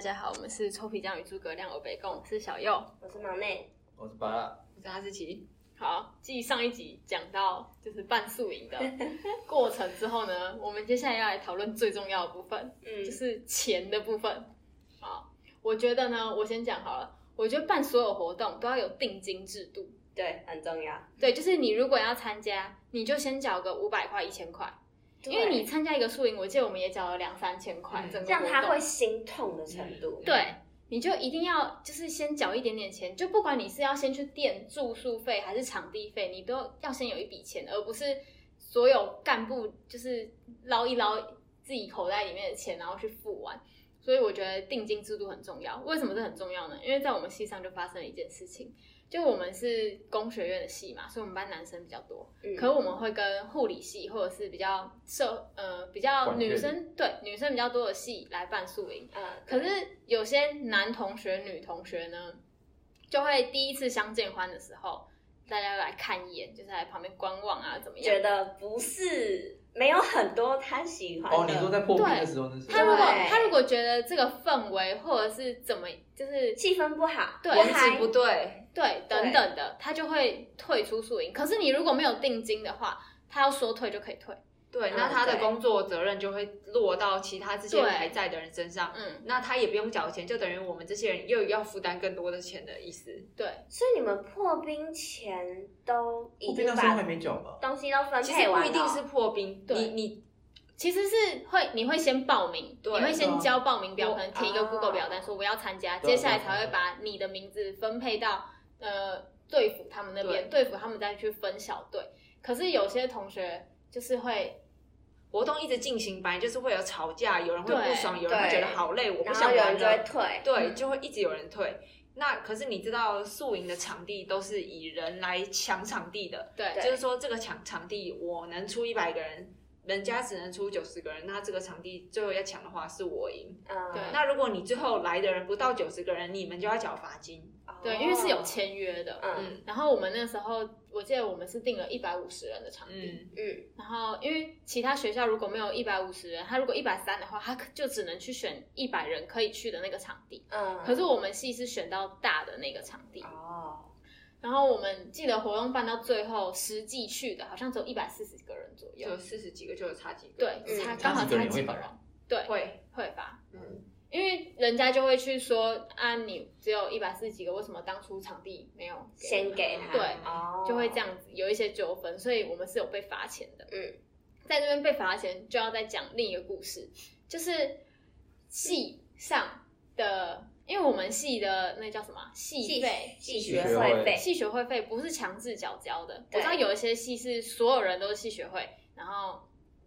家好，我们是臭皮匠与诸葛亮欧北共，我是小右，我是忙内，我哦是巴拉，我是阿志奇。好，继上一集讲到就是办宿营的过程之后呢，我们接下来要来讨论最重要的部分，嗯就，是钱的部分。好，我觉得呢，我先讲好了。我觉得办所有活动都要有定金制度，对，很重要，对，就是你如果要参加，你就先缴个五百块、一千块，因为你参加一个宿营，我记得我们也缴了两三千块，嗯整个让活他动会心痛的程度，对，你就一定要就是先缴一点点钱，就不管你是要先去垫住宿费还是场地费，你都要先有一笔钱，而不是所有干部就是捞一捞自己口袋里面的钱，然后去付完。所以我觉得定金制度很重要。为什么这很重要呢？因为在我们系上就发生了一件事情，就我们是工学院的系嘛，所以我们班男生比较多，嗯可我们会跟护理系或者是比较社呃比较管乐女生对女生比较多的系来办宿营。呃，可是有些男同学、女同学呢，就会第一次相见欢的时候，大家来看一眼，就是来旁边观望啊，怎么觉样？得不是没有很多他喜欢的，哦，你说在破冰的时候那是他如果对他如果觉得这个氛围或者是怎么，就是气氛不好，对不颜值嗨不对，对等等的，他就会退出宿营。可是你如果没有定金的话，他要说退就可以退。对，嗯那他的对工作责任就会落到其他这些对还在的人身上。嗯，那他也不用缴钱，就等于我们这些人又要负担更多的钱的意思。对所以你们破冰前都已破冰经那时候还把没缴吧？东西都分啊其实配完不了，一定是破冰，对你你其实是会，你会先报名，你对啊会先交报名表，我啊可能填一个啊 Google 表单说我要参加，对接下来对才会对把你的名字分配到呃队服他们那边，队服他们再去分小队。可是有些同学就是会，活动一直进行，本来就是会有吵架，有人会对不爽，有人会觉得好累，我不然后想有玩人就会嗯了。退，对，就会一直有人退。那可是你知道，宿营的场地都是以人来抢场地的，对对就是说这个场场地我能出一百个人，人家只能出九十个人，那这个场地最后要抢的话是我赢。嗯，对那如果你最后来的人不到九十个人，你们就要缴罚金。对，因为是有，签约的。哦嗯然后我们那时候，我记得我们是定了一百五十人的场地，嗯，嗯，然后因为其他学校如果没有一百五十人，他如果一百三的话，他可就只能去选一百人可以去的那个场地。嗯，可是我们系是选到大的那个场地，哦，然后我们记得活动办到最后，实际去的好像只有一百四十个人左右就，四十几个就有差几个。对，嗯差刚好差几个差人几会个吧人，对，会，会吧，嗯，因为人家就会去说啊，你只有一百四十几个，为什么当初场地没有给先给他，对哦，就会这，样子有一些纠纷，所以我们是有被罚钱的。嗯，在这边被罚钱就要再讲另一个故事，就是系上的，因为我们系的那叫什么啊系费系学学会会费，系学会费不是强制缴交的，我对知道有一些系是所有人都是系学会，然后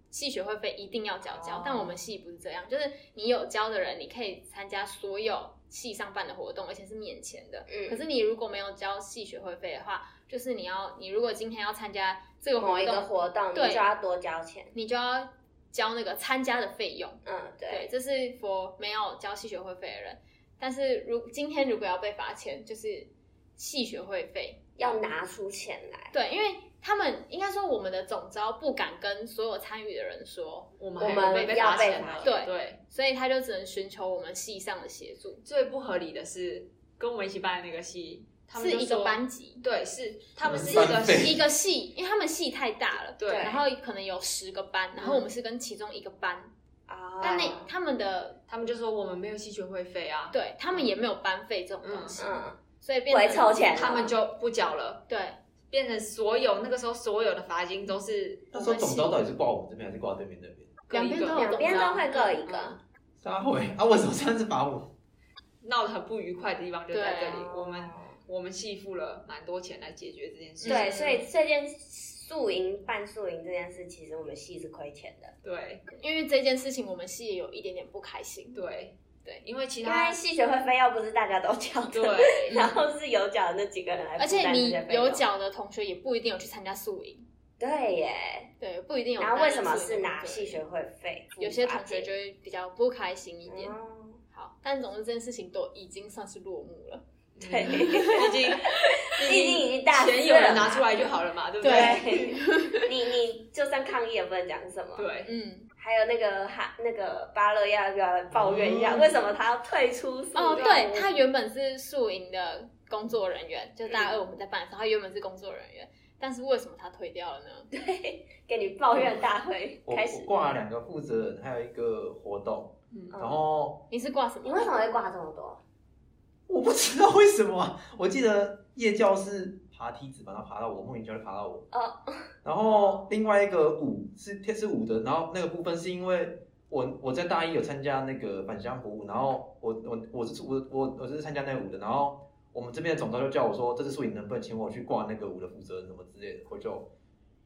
系学会费一定要缴交，哦但我们系不是这样，就是你有交的人，你可以参加所有系上办的活动，而且是免钱的。嗯可是你如果没有交系学会费的话，就是你要你如果今天要参加这个某活一个动，活动你对就要多交钱，你就要交那个参加的费用。嗯，对对，，这是 for 没有交系学会费的人，但是如今天如果要被罚钱，就是系学会费要拿出钱来，对，因为他们应该说我们的总招不敢跟所有参与的人说，我们我还们没被要罚被钱罚呢钱对，所以他就只能寻求我们系上的协助，最不合理的是跟我们一起办的那个戏，他们是就一个说，班级，对，是他们是一嗯班个费一个系，因为他们系太大了，对然后可能有十个班，然后我们是跟其中一个班，啊，但那他们的他们就说我们没有戏学会费啊，对他们也没有班费这种东西，嗯，所以变回成凑钱了，他们就不缴了，对变成所有那个时候所有的罚金都是那时候总招到底是挂我们这边还是挂对面那边？各两一边个都有两边都会各一嗯个，撒回啊！为什么这样子罚我？闹得很不愉快的地方就在这里对，我们我们系付了蛮多钱来解决这件事情。对，嗯所以这件宿营办宿营这件事，其实我们系是亏钱的，对嗯因为这件事情我们系也有一点点不开心，对对，因为其因为他系学会费要不是大家都交的，对 然后是有缴的那几个人来而负担且这些你费用，有缴的同学也不一定有去参加宿营，对耶，对，不一定有然担任宿营的工作。后为什么是拿系学会费？哦有些同学就会比较不开心一一点。好，但总之这件事情都已经算是落幕了。 对，嗯 毕竟毕竟已经大四了嘛钱有人拿出来就好了嘛，对不对？对， 你你就算抗议也不能讲什么。对，嗯，还有那个哈那个巴勒要不要来抱怨一下，嗯为什么他要退出宿哦，营对，他原本是宿营的工作人员，就嗯大二我们在办的时候，他原本是工作人员，但是为什么他退掉了呢？给你抱怨大会我开始我。挂了两个负责人，还有一个活动，嗯嗯然后你是挂什么？你为什么会？挂这么多？我不知道为什么啊，我记得夜教是爬梯子吧，然后爬到我，莫名其妙就爬到我。哦然后另外一个舞是天是舞的，然后那个部分是因为我我在大一有参加那个返乡服务，然后我我我是我我我是参加那个舞的，然后我们这边的总招就叫我说这次宿营能不能请我去挂那个舞的负责人什么之类的，我就。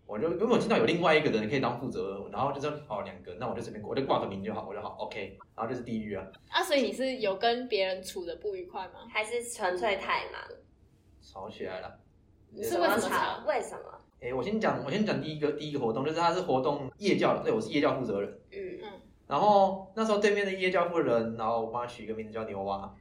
我就因为我听到有另外一个人可以当负责人，然后就说哦两个，那我就随便我就挂个名就好，我就好 OK，然后就是地狱啊，啊，所以你是有跟别人处的不愉快吗？还是纯粹太忙？吵起来了。嗯是为什么吵吵？为什么？诶，我先讲，我先讲第一个第一个活动，就是他是活动夜教的，对我是夜教负责人。嗯，然后那时候对面的夜教负责人，然后我帮他取一个名字叫牛蛙，好，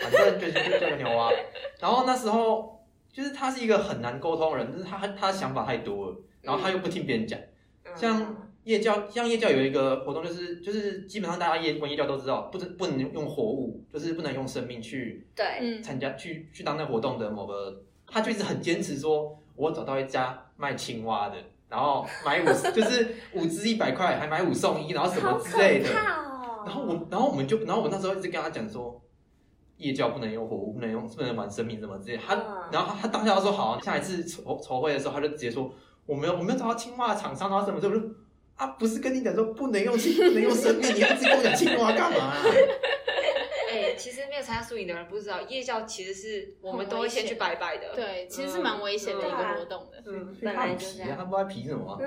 反正就是就叫个牛蛙。然后那时候就是他是一个很难沟通的人，就是他他想法太多了，然后他又不听别人讲。嗯像夜教像夜教有一个活动，就是就是基本上大家夜关夜教都知道，不能不能用活物，就是不能用生命去对，嗯，参加去去当那活动的某个，他就一直很坚持说，我找到一家卖青蛙的，然后买五 就是五只一百块，还买五送一，然后什么好之类的可。怕哦。然后我，然后我们就，然后我那时候一直跟他讲说，夜教不能用火物，不能用，不能玩生命什么之类的。他，嗯然后他他当下就说好，下一次筹筹会的时候，他就直接说我没有我没有找到青蛙的厂商，然后什么之类的。我就啊，不是跟你讲说不能用青，不能用生命，你一直跟我讲青蛙干嘛、啊？哎，其实没有参加宿营的人不知道，夜校其实是我们都会先去拜拜的。，对，其实是蛮危险的一嗯对啊个活动的。嗯，本来就皮这啊，样，他不知道皮什么啊、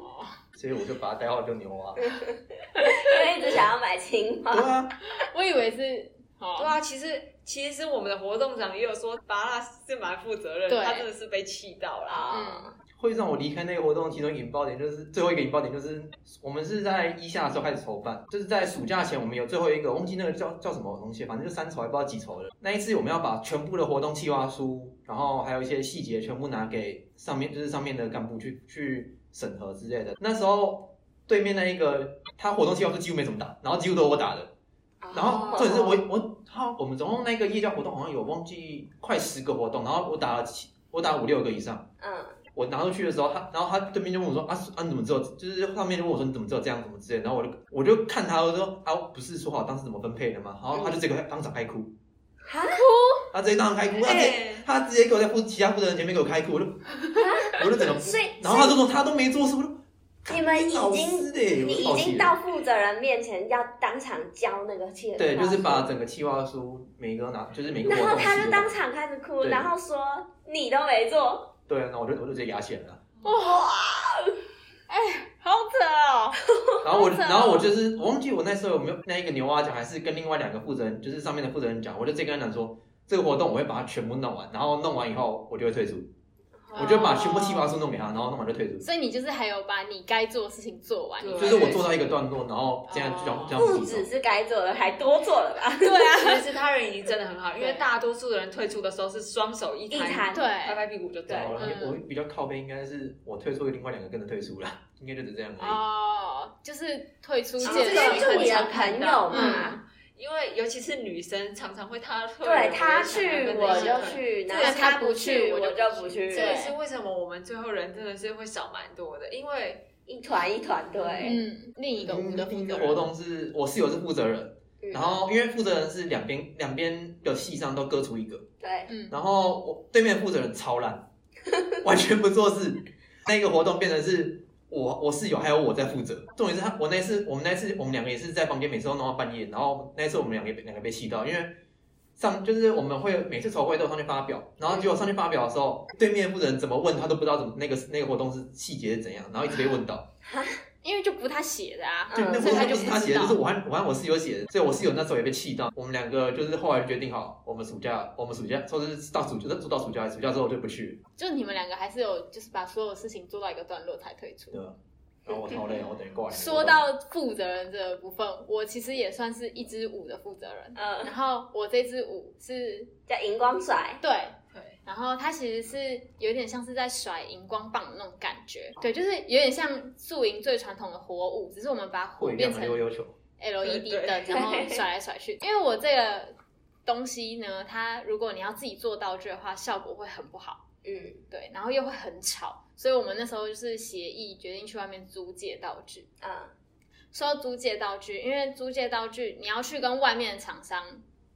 哦，所以我就把他代号叫牛蛙。对因为一直想要买青蛙。啊，我以为是，哦，对啊，其实其实我们的活动长也有说，巴拉是蛮负责任，对他真的是被气到嗯啦。啊，会让我离开那个活动，其中一个引爆点就是最后一个引爆点就是我们是在一下的时候开始筹办，就是在暑假前我们有最后一个，我忘记那个叫叫什么东西，反正就三筹还不知道几筹了。那一次我们要把全部的活动计划书，然后还有一些细节全部拿给上面，就是上面的干部去去审核之类的。那时候对面那一个他活动计划书几乎没怎么打，然后几乎都是我打的。然后哦重点是我我他我们总共那个夜教活动好像有忘记快十个活动，然后我打了七我打了五六个以上。嗯，我拿出去的时候，他然后他对面就问我说啊啊你怎么知道？就是上面就问我说你怎么知道这样怎么之类的。然后我就我就看他我就说啊不是说好当时怎么分配的吗？然后他就直接当场开哭，哈，他直接当场开哭，他直接哎，他直接给我在负其他负责人前面给我开哭，我就我就整 个，所以然后他就说他都没做事，我就你们已老经师嘞，我你就已爆气经了到负责人面前要当场交那个气，对，就是把整个计划书每个拿就是每个活然动后他记就录当场开始哭，对然后说你都没做，对啊，那我就我就直接压线了。好扯哦，然后我，好扯哦然后我就是，我忘记我那时候有没有那一个牛蛙讲，还是跟另外两个负责人，就是上面的负责人讲，我就直接跟他讲说，这个活动我会把它全部弄完，然后弄完以后我就会退出，我就把全部计划书弄给他，然后弄完就退出，所以你就是还有把你该做的事情做完，对你就是我做到一个段落，然后这样哦这样这样不子只走。是该做的，还多做了吧？对啊，其实他人已经真的很好，因为对大多数的人退出的时候是双手一一哦 摊，摊，拍对，拍屁股就走然后了。嗯啊我比较靠背应该是我退出，另外两个跟着退出了，应该就是这样而已。哦，就是退出其啊实界这限个就很你的强，朋友嘛，嗯因为尤其是女生，常常会她退，对他去退我就，去，然对后他他不不去去我就不去这，对也是为什么我们最后人真的是会少蛮多的，因为一团一团对，嗯，另一个舞的负一责个人活，动是我室友是负责人，嗯然后因为负责人是两边两边的系上都各出一个，对，嗯，然后我对面的负责人超烂，完全不做事。那个活动变成是我我室友还有我在负责。重点是他，我那次我们那次我们两个也是在房间，每次都弄到半夜。然后那次我们两个两个被气到，因为上就是我们会每次筹会都有上去发表，然后结果上去发表的时候，对面的负责人怎么问他都不知道怎么那个那个活动是细节是怎样，然后一直被问到。因为就不他写的啊，对，那嗯活嗯所以他动就不是他不知写的，道就是我和我和我室友写的，所以我室友那时候也被气到。我们两个就是后来决定好，我们暑假我们暑假说是到暑假住到暑假，暑假之后就不去了。就你们两个还是有就是把所有事情做到一个段落才退出对，然后我超累，我得过来。说到负责人这个部分，我其实也算是一支舞的负责人。呃，然后我这支舞是叫荧光甩，对，对，然后它其实是有点像是在甩荧光棒的那种感觉，对，就是有点像宿营最传统的火舞，只是我们把火会亮变的成悠悠球， LED 对对灯，然后甩来甩去。因为我这个东西呢，它如果你要自己做道具的话，效果会很不好，嗯对，然后又会很吵，所以我们那时候就是协议决定去外面租借道具。啊说到租借道具，因为租借道具你要去跟外面的厂商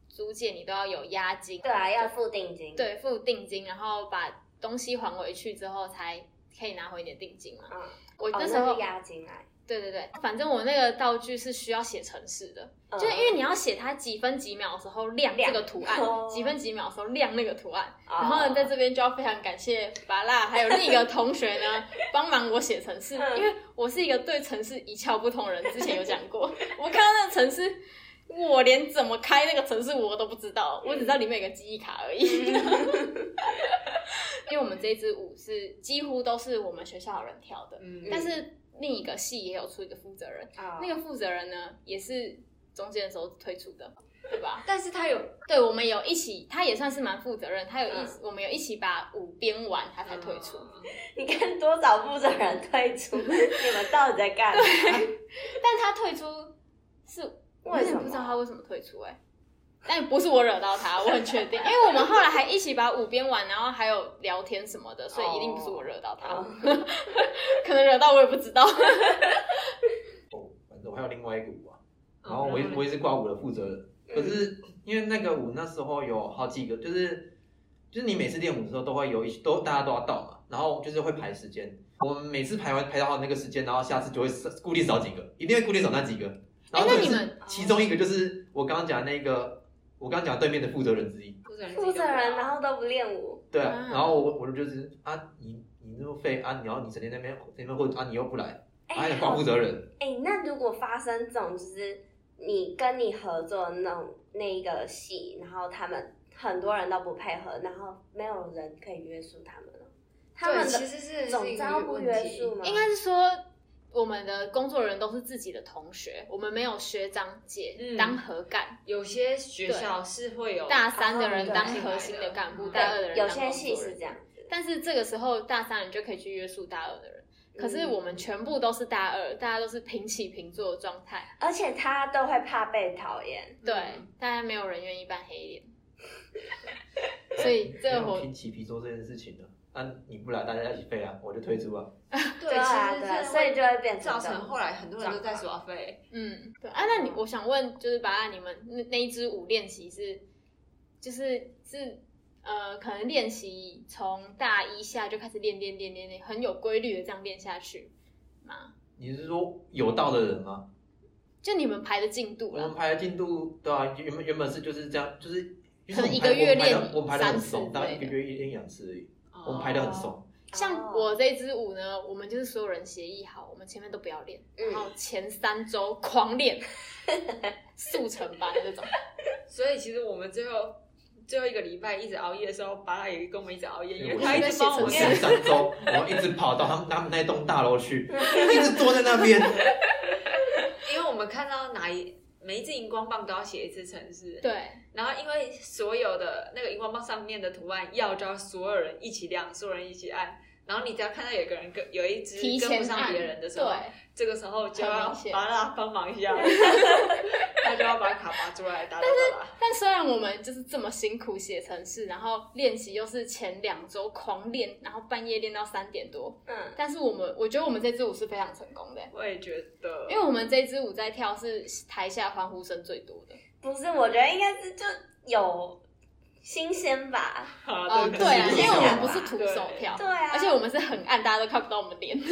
租借，你都要有押金，对啊，要付定金，对，付定金，然后把东西还回去之后才可以拿回你的定金嘛。嗯，我哦，那时那候，是押金来，对对对，反正我那个道具是需要写程式的，嗯就是因为你要写它几分几秒的时候亮这亮个图案哦，几分几秒的时候亮那个图案。哦然后呢，在这边就要非常感谢法拉还有另一个同学 呢，帮忙我写程式，嗯因为我是一个对程式一窍不通的人，之前有讲过， 我看到那个程式，我连怎么开那个程式我都不知嗯道，我只知道里面有个记忆卡而已。 因为我们这一支舞是几乎都是我们学校的人跳的，嗯，但是另一个系也有出一个负责人，哦那个负责人呢也是中间的时候推出的，对吧？但是他有对，我们有一起，他也算是蛮负责任，他有一、嗯哦我们有一起把舞编完，他才退出。嗯你看多少负责人 退出，你们到底在干嘛？但他退出是，我为有什点么不知道他为什么退出哎、但不是我惹到他，我很确定，因为我们后来还一起把舞编完，然后还有聊天什么的，所以一定不是我惹到他，哦 可能惹到我也不知道。哦，反正我还有另外一个舞啊，哦然嗯后我也我也是挂舞的负责人，嗯可是因为那个舞那时候有好几个，就是就是你每次练舞的时候都会有一都大家都要到嘛，然后就是会排时间，我们每次排完排到那个时间，然后下次就会少固定少几个，一定会固定少那几个，然后哎那这你是们其中一个就是我刚刚讲的那个，我刚刚讲的对面的负责人之一，负责人自己负责人就不知道然后都不练舞，对啊，啊然后我我就是啊你你那么废啊，你要你整天那边那边混啊你又不来，啊你挂负责人。哎、那如果发生这种，就是你跟你合作的那种那一个戏，然后他们很多人都不配合，然后没有人可以约束他们了，他们对其的实是总招不约束吗？吗？ 应该是说，我们的工作人员都是自己的同学，我们没有学长姐、嗯当合干，有些学校是会有大三的人哦对当核心的干部，嗯大二的人对，当工有作些人戏是这样子。但是这个时候大三人就可以去约束大二的人，可是我们全部都是大二，大家都是平起平坐的状态，而且他都会怕被讨厌，对嗯，大家没有人愿意扮黑脸， 所以这个我活拼起皮做这件事情的，那、你不来，大家一起飞啊，我就退出啊。对啊，对啊，所以就会变造成这成种哦后来很多人都在耍废，嗯对啊，那你我想问，就是把你们那那一支舞练习是，就是是。呃，可能练习从大一下就开始练练练练练，很有规律的这样练下去嘛？你是说有道的人吗？就你们排的进度我啦们，排的进度，对啊，原本原本是就是这样，就是就可能是我们一排个月练我们排的三很次松，大概之类一个的哦月一练两次而已，我们排排的的很松。哦像我这支舞呢，我们就是所有人协议好，我们前面都不要练，嗯然后前三周狂 练，速成班这种。所以其实我们最后最后一个礼拜一直熬夜的时候，巴拉也跟我们一直熬夜，因对为我他一直帮我我我们是 前三周，我要一直跑到他们他们那栋大楼去，一直坐在那边。因为我们看到哪一每一只荧光棒都要写一次程式，对，然后因为所有的那个荧光棒上面的图案要叫所有人一起亮，所有人一起按。然后你只要看到有一个人跟有一只提跟不前上按别人的时对候，，这个时候就很要明显把他帮忙一 下，他就要把卡拔出来打打打打。但虽然我们就是这么辛苦写程式，然后练习又是前两周狂练，然后半夜练到三点多，嗯，但是我们我觉得我们这支舞是非常成功的，我也觉得，因为我们这支舞在跳是台下欢呼声最多的。不是，我觉得应该是就有新鲜吧，哦，啊对对啊，可因是为我们不不是是徒手跳，对啊，而且我们是很暗，大家都看不到我们脸。而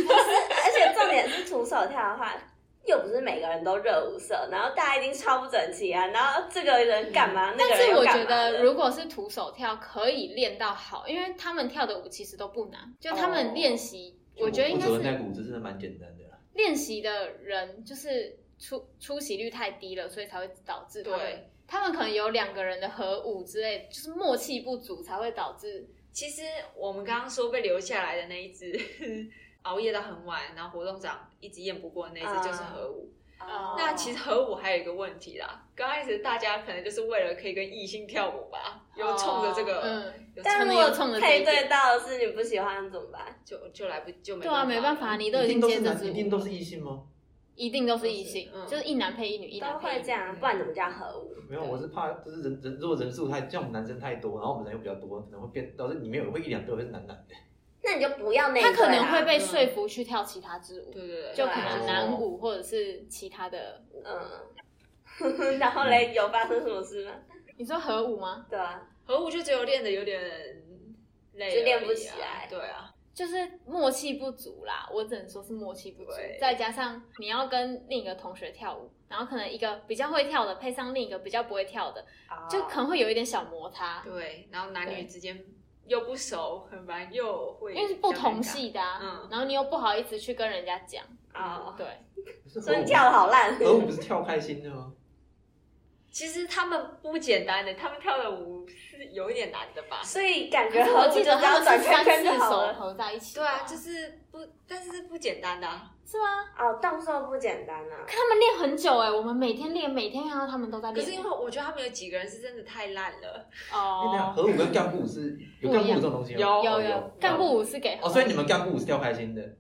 且重点是徒手跳的话，又不是每个人都热舞社，然后大家一定超不整齐啊。然后这个人干嘛，那嗯但个人是又我干觉嘛得，的如果是徒手跳，可以练到好，因为他们跳的舞其实都不难，就他们练习，哦我觉得应该我走的那是股子真的蛮简单的啦。练习的人就是出出席率太低了，所以才会导致他们对他们可能有两个人的合舞之类，就是默契不足才会导致。其实我们刚刚说被留下来的那一只， 熬夜到很晚，然后活动长一直验不过的那一啊次就是核武。哦那其实核武还有一个问题啦，刚开始大家可能就是为了可以跟异性跳舞吧，有冲着这个，嗯，有但冲如着有果冲着这一配点对到的是你不喜欢怎么办？就就来不就没对啊，没办法，你都已一经定都接是着男，组一，定都是异性吗？一定都是异性，嗯就是一男配一女，一都男配会一女。这样，不然怎么叫合舞？没有，我是怕就是人人如果人数太，像我们男生太多，然后我们人又比较多，可能会变，导致里面有会一两对会是男男的。那你就不要那一啊他对啊可能啦会被说服去跳其他支舞，对对对，就可能男舞或者是其他的舞。嗯， 然后嘞，有发生什么事吗？你说合舞吗？对啊，核武就只有练的有点累而已啊，就练不起来对啊，就是默契不足啦，我只能说是默契不足对。再加上你要跟另一个同学跳舞，然后可能一个比较会跳的配上另一个比较不会跳的，啊就可能会有一点小摩擦，对，然后男对女之间又不熟，很烦又会因为是不同比较尴尬，系的啊嗯。然后你又不好意思去跟人家讲，哦，对，所以你跳的好烂。而我不是跳开心的吗？其实他们不简单的，他们跳的舞是有一点难的吧？ 所以感觉可是合我舞记就只得他要们转是圈三圈就四好手了。合在一起的，对啊，就是不，但是是不简单的、啊。是吗？哦，动作不简单啊。看他们练很久哎、我们每天练，每天看到他们都在可练。是因为我觉得他们有几个人是真的太烂了，那哦，核武跟干部是有干部这种东西吗？有有哦有干部舞是给哦，所以你们干部是跳开心的，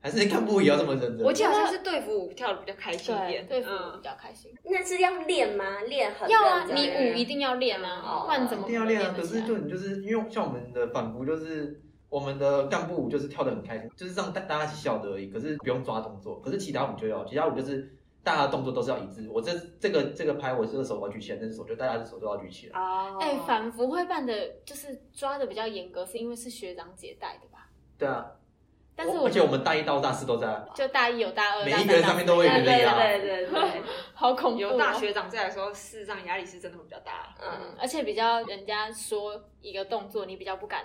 还是干部也要这么认真？我记得好像是队服舞跳的比较开心一对点，对服比嗯，较开心。那是要练吗？练很要啊，认真你舞一定要练啊哦，不然怎一么定要练啊！得可起是来就你就是因为像我们的反服就是。我们的干部舞就是跳得很开心，就是让大大家一起笑得而已，可是不用抓动作。可是其他舞就要，其他舞就是大家的动作都是要一致。我这这个这个拍，我这个手我要举起来，那只手就大家的手都要举起来。哦。哎，反服会办的，就是抓的比较严格，是因为是学长姐带的吧？对啊，但是而觉且我得们大一到大四都在啊，就大一有大哦二，每大一三个人大上四面都会对有一对个压力。啊对对 对，好恐怖哦。有大学长在的时候，事实上压力是真的会比较大。嗯，而且比较人家说一个动作，你比较不敢。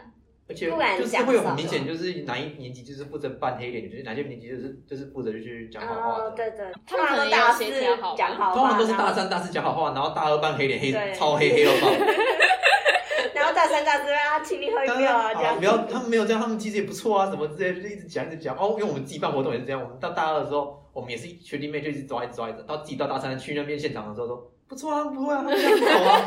而且不敢就是讲会有什么很明显，就是哪一年级就是负责扮黑脸，就是哪些年级就是就是负责去讲好话哦的。对对，他们可能也有大协四调好吧讲好通话，常都是大然后三、大四讲好话，然后大二扮黑脸，黑对超黑黑到爆。然后大三大四啊，请你喝饮当料啊然这好样不。要，他们没有这样，他们其实也不错啊，什么之类的，就是一直讲一直讲。哦，因为我们自己办活动也是这样，我们到大二的时候，我们也是学弟妹就一直抓一直抓一直，到自己到大三去那边现场的时候说不错啊，不会啊，他们这样子好啊。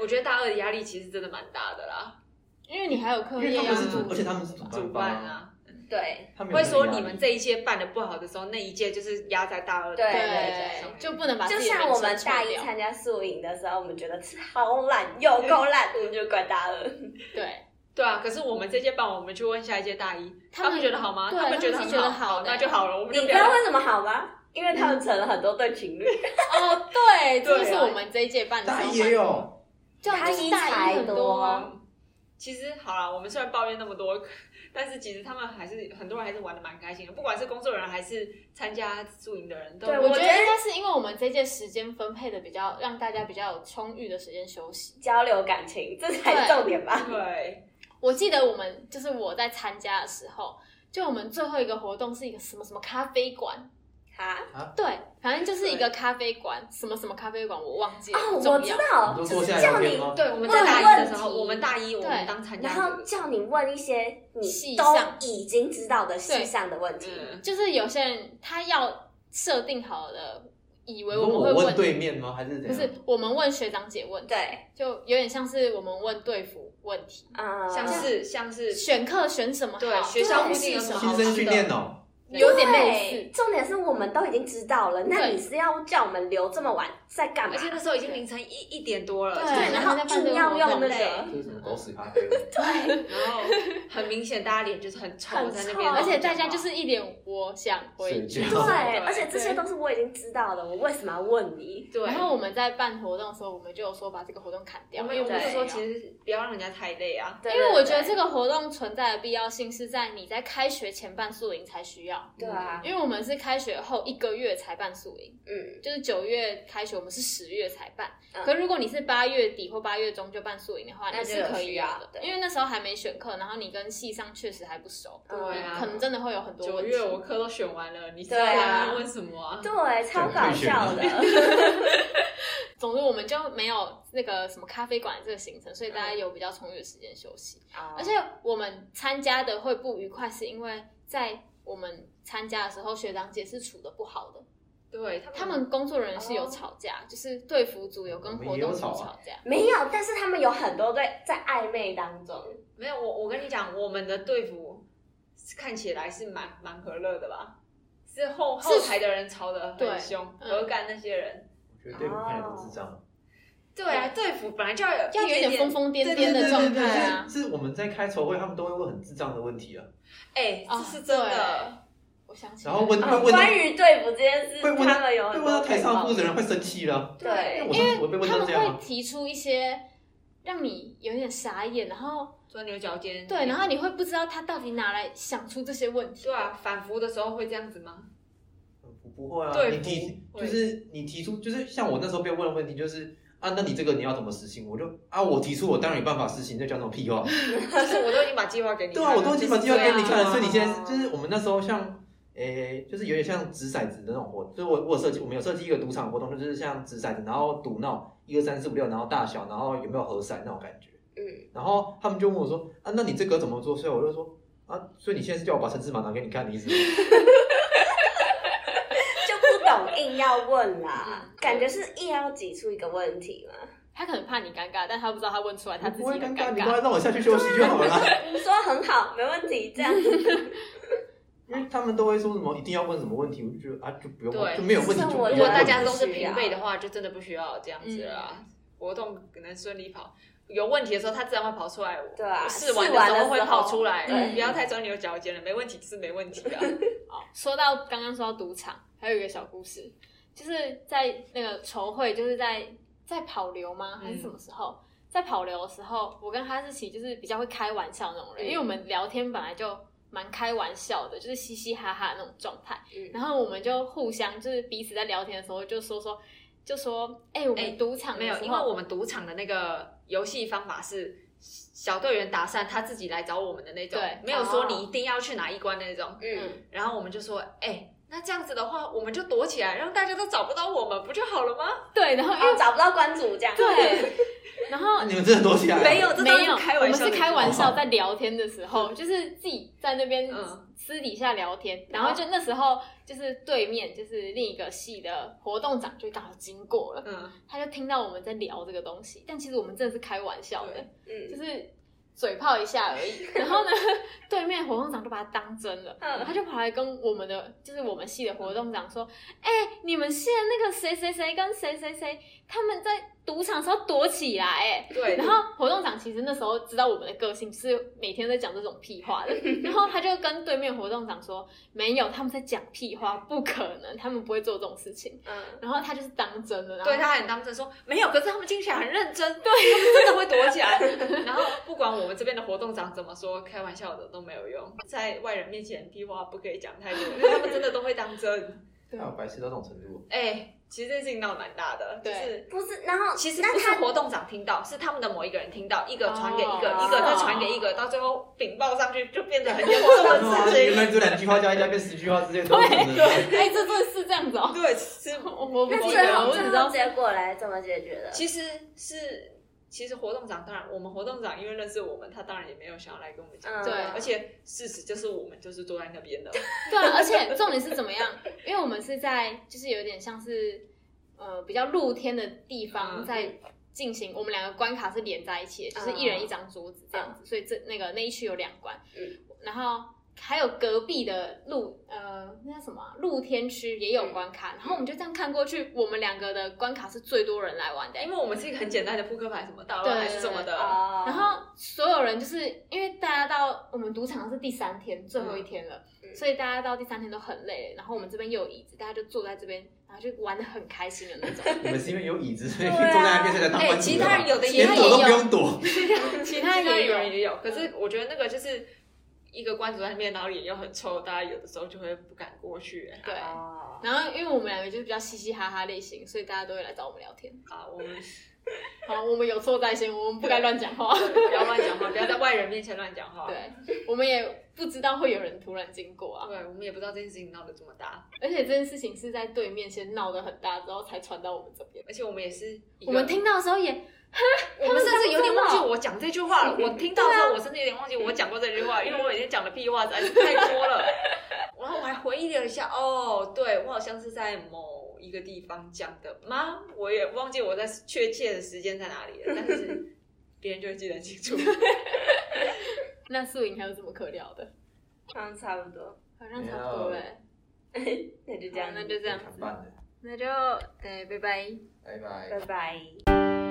我觉得大二的压力其实真的蛮大的啦，因为你还有课因为业啊他要们是做主，而且他们是主主办方办啊，啊，对他们有会说那个压你力们这一届办的不好的时候，那一届就是压在大二的对上面对，就不能把就自己的像我们人生抽大一掉参加宿营的时候，我们觉得超烂，有够烂，我们就怪大二。对，对啊，可是我们这届办完，我们去问下一届大一，他他们们觉得好吗？对们觉得很他们是觉得好，好好的那就好了，我们就你不知要道为什么好吗？因为嗯他们成了很多对情侣，哦，对，这对就啊是我们这一届办的时候大办一的。也有，对啊，就是大一很多啊。其实好了，我们虽然抱怨那么多，但是其实他们还是很多人还是玩的蛮开心的，不管是工作人员还是参加宿营的人都对我我觉得觉得应该是因为我们这届时间分配的比较，让大家比较有充裕的时间休息。交流感情，这才是重点吧？对我记得我们就是我在参加的时候，就我们最后一个活动是一个什么什么咖啡馆，哈对，反正就是一个咖啡馆，什么什么咖啡馆我忘记了，哦，不我重知要。道，你都就坐是叫下来聊天你吗，对，我们在问大一的时候，问题我们大一我对们当参加然者，后叫你问一些细你都项已经知道的细项的问题。嗯，就是有些人他要设定好的，以为你说们我会问对面吗？还是怎不是样？我们问学长姐问题，对，就有点像是我们问队服问题，啊，像是像是选课选什么好，对学校附近有什么新好生吃训的练，哦，有点类似对，。重点是我们都已经知道了，那对你是要叫我们留这么晚在干嘛而？且那时候已经凌晨一一点多了，对就是对，然后硬要用那对个，就是什么狗屎咖啡。 然后很明显，大家脸就是很臭很在那边，臭而且大家就是一脸我想回睡去。觉对，对而且这些都是我已经知道的，我为什么要问你？对。然后我们在办活动的时候，我们就有说把这个活动砍我掉，们因我为们就们说，说其实不要让人家太累啊。对因为我觉得对这个活动存在的必要性是在你在开学前办宿营才需要要，对啊，因为我们是开学后一个月才办宿营，嗯，就是九月开学，我们是十月才办。嗯可如果你是八月底或八月中就办宿营的话，那你就是可有需以要要的，对因为那时候还没选课，然后你跟系上确实还不熟，对啊可能真的会有很多九问题。月我课都选完了，你是对啊要问什么啊？对，超搞笑的， 总之我们就没有那个什么咖啡馆这个行程，所以大家有比较充裕的时间休息。哦而且我们参加的会不愉快，是因为在我们参加的时候，学长姐是处的不好的，对他们，他们工作人员是有吵架，就是队服组有跟我们活也动有组吵啊吵架。没有，但是他们有很多对在暧昧当中，没有我，我跟你讲，我们的队服看起来是蛮蛮和乐的吧？是后是后台的人吵得对很凶，嗯何干那些人。我觉得队伍看起来都智障，对啊，队服本来就要有要有一一点疯疯癫癫的状态啊。是是我们在开筹会，他们都会问很智障的问题啊，哎，啊这是真的。我想起来然了，后问会哦问到关于队服这件事，会问到他们有会很问到多台可以上抱负责怨人会生气了，对我上次我被问他成们这样啊会，提出一些让你有点傻眼，然后钻牛角尖。对，然后你会不知道他到底哪来想出这些问题。对啊，反复的时候会这样子吗？不不会啊，对你提不会就是你提出就是像我那时候被问的问题就是。啊，那你这个你要怎么实行？我就啊，我提出我当然有办法实行，这叫什么屁话？就是我都已经把计划给你对看啊，了，我都已经把计划给你看啊了，所以你现在就就是是我们那时候像，诶、就是有点像掷骰子的那种活，就是我我有设计，我们有设计一个赌场活动，就是像掷骰子，然后赌那种一二三四五六，然后大小，然后有没有合骰那种感觉。嗯，然后他们就问我说，啊，那你这个怎么做？所以我就说，啊，所以你现在是叫我把橙子码拿给你看的意思吗？就不懂硬要问啦，感觉是硬要挤出一个问题嘛。他可能怕你尴尬，但他不知道他问出来他自己不会很尴尬。你刚才让我下去休息就好了啦。你说很好，没问题，这样因为他们都会说什么一定要问什么问题，我就觉得啊，就不用问，对就没有问题是就不我要如果问大家都是平辈的话，就真的不需要这样子了啊。活动可能顺利跑，有问题的时候他自然会跑出来。对啊，试完完的的时候会跑出来，嗯对不要太钻牛角尖了，没问题是没问题啊的。哦，说到刚刚说到赌场，还有一个小故事，就是在那个筹会，就是在在跑流吗？还是什么时候？在跑流的时候，我跟哈士奇就是比较会开玩笑那种人，嗯因为我们聊天本来就蛮开玩笑的，就是嘻嘻哈哈那种状态。嗯然后我们就互相就是彼此在聊天的时候就说说，就说哎、我哎们赌场的没有，时因为候我们赌场的那个游戏方法是小队员打散，他自己来找我们的那种对，没有说哦你一定要去哪一关的那种。嗯，然后我们就说，哎、那这样子的话，我们就躲起来，让大家都找不到我们，不就好了吗？对，然后然因为、后嗯找不到关主这样，对，然后啊你们真的躲起来了？没有，这没都有，是开玩笑的，我们是开玩笑在聊天的时候，就是自己在那边嗯私底下聊天，然后就那时候就是对面就是另一个系的活动长就刚好经过了，嗯，他就听到我们在聊这个东西，但其实我们真的是开玩笑的，就嗯，是嘴炮一下而 已。然后呢，对面活动长就把他当真了，嗯他就跑来跟我们的就是我们系的活动长说：“哎、你们系的那个谁谁谁跟谁谁谁，他们在赌场时候躲起来、哎。” 对，然后活动长其实那时候知道我们的个性是每天在讲这种屁 话的，然后他就跟对面活动长说：“没有，他们在讲屁话，不可能，他们不会做这种事情。嗯”，然后他就是当真的，然后对他很当真说没有，可是他们听起来很认真，对，他们真的会躲起来。 然后不管我们这边的活动长怎么说，开玩笑的都没有用，在外人面前屁话不可以讲太多，因为他们真的都会当真。还有啊白痴到这种程度。哎、其实这件事情闹得蛮大的，就对是。不是，然后其实那不是他活动长听到，是他们的某一个人听到，一个传给一个，哦一个再传给一个，到最后禀报上去就变 得很严重的事原情。来这两句话加一加变十句话之类的都是真的。哎，这真的是这样子哦，对，是我我不那记最得，后我只最知后道结果来怎么解决的？其实是，其实活动长当然，我们活动长因为认识我们，他当然也没有想要来跟我们讲嗯这个对而且事实就是我们就是坐在那边的， 对啊，而且重点是怎么样？因为我们是在就是有点像是呃比较露天的地方嗯在进行，我们两个关卡是连在一起的，就是一人一张桌子这样子，所以这那个那一区有两关，嗯然后。还有隔壁的露呃那叫什么啊、露天区也有关卡，然后我们就这样看过去，我们两个的关卡是最多人来玩的、欸因为我们是一个很简单的扑克牌，什么大乱还是什么的，哦，然后所有人就是因为大家到我们赌场是第三天最后一天了，嗯所以大家到第三天都很累了。然后我们这边又有椅子，大家就坐在这边，然后就玩的很开心的那 种。你们是因为有椅子，所以对坐啊在那边才来当哎、观其众他人的吧。有的也其他连人有躲都不用躲，其他其他也人有，也有，可是我觉得那个就是。一个关主在那边，然后脸又很臭，大家有的时候就会不敢过去。对。哦，然后，因为我们两个就是比较嘻嘻哈哈类型，所以大家都会来找我们聊天。啊，我们好，我们有错在先，我们不该乱讲话。不要乱讲话，不要在外人面前乱讲话。 对，我们也不知道会有人突然经过啊。对，我们也不知道这件事情闹得这么大，而且这件事情是在对面先闹得很大，之后才传到我们这边。而且我们也是一个我们，听到的时候也我们甚至有点忘他们记我讲这句话了。我听到之后，我甚至有点忘记我讲过这句话，因为我已经讲的屁话实在是太多了。然后我还回忆了一下，哦，对我好像是在某一个地方讲的吗？我也忘记我在确切的时间在哪里了，但是别人就会记得很清楚。那素影还有什么可聊的？嗯，差不多，好像差不多没有嘞。那就这样好，那就这样砍子，半了，那就对，拜拜。拜拜拜。拜。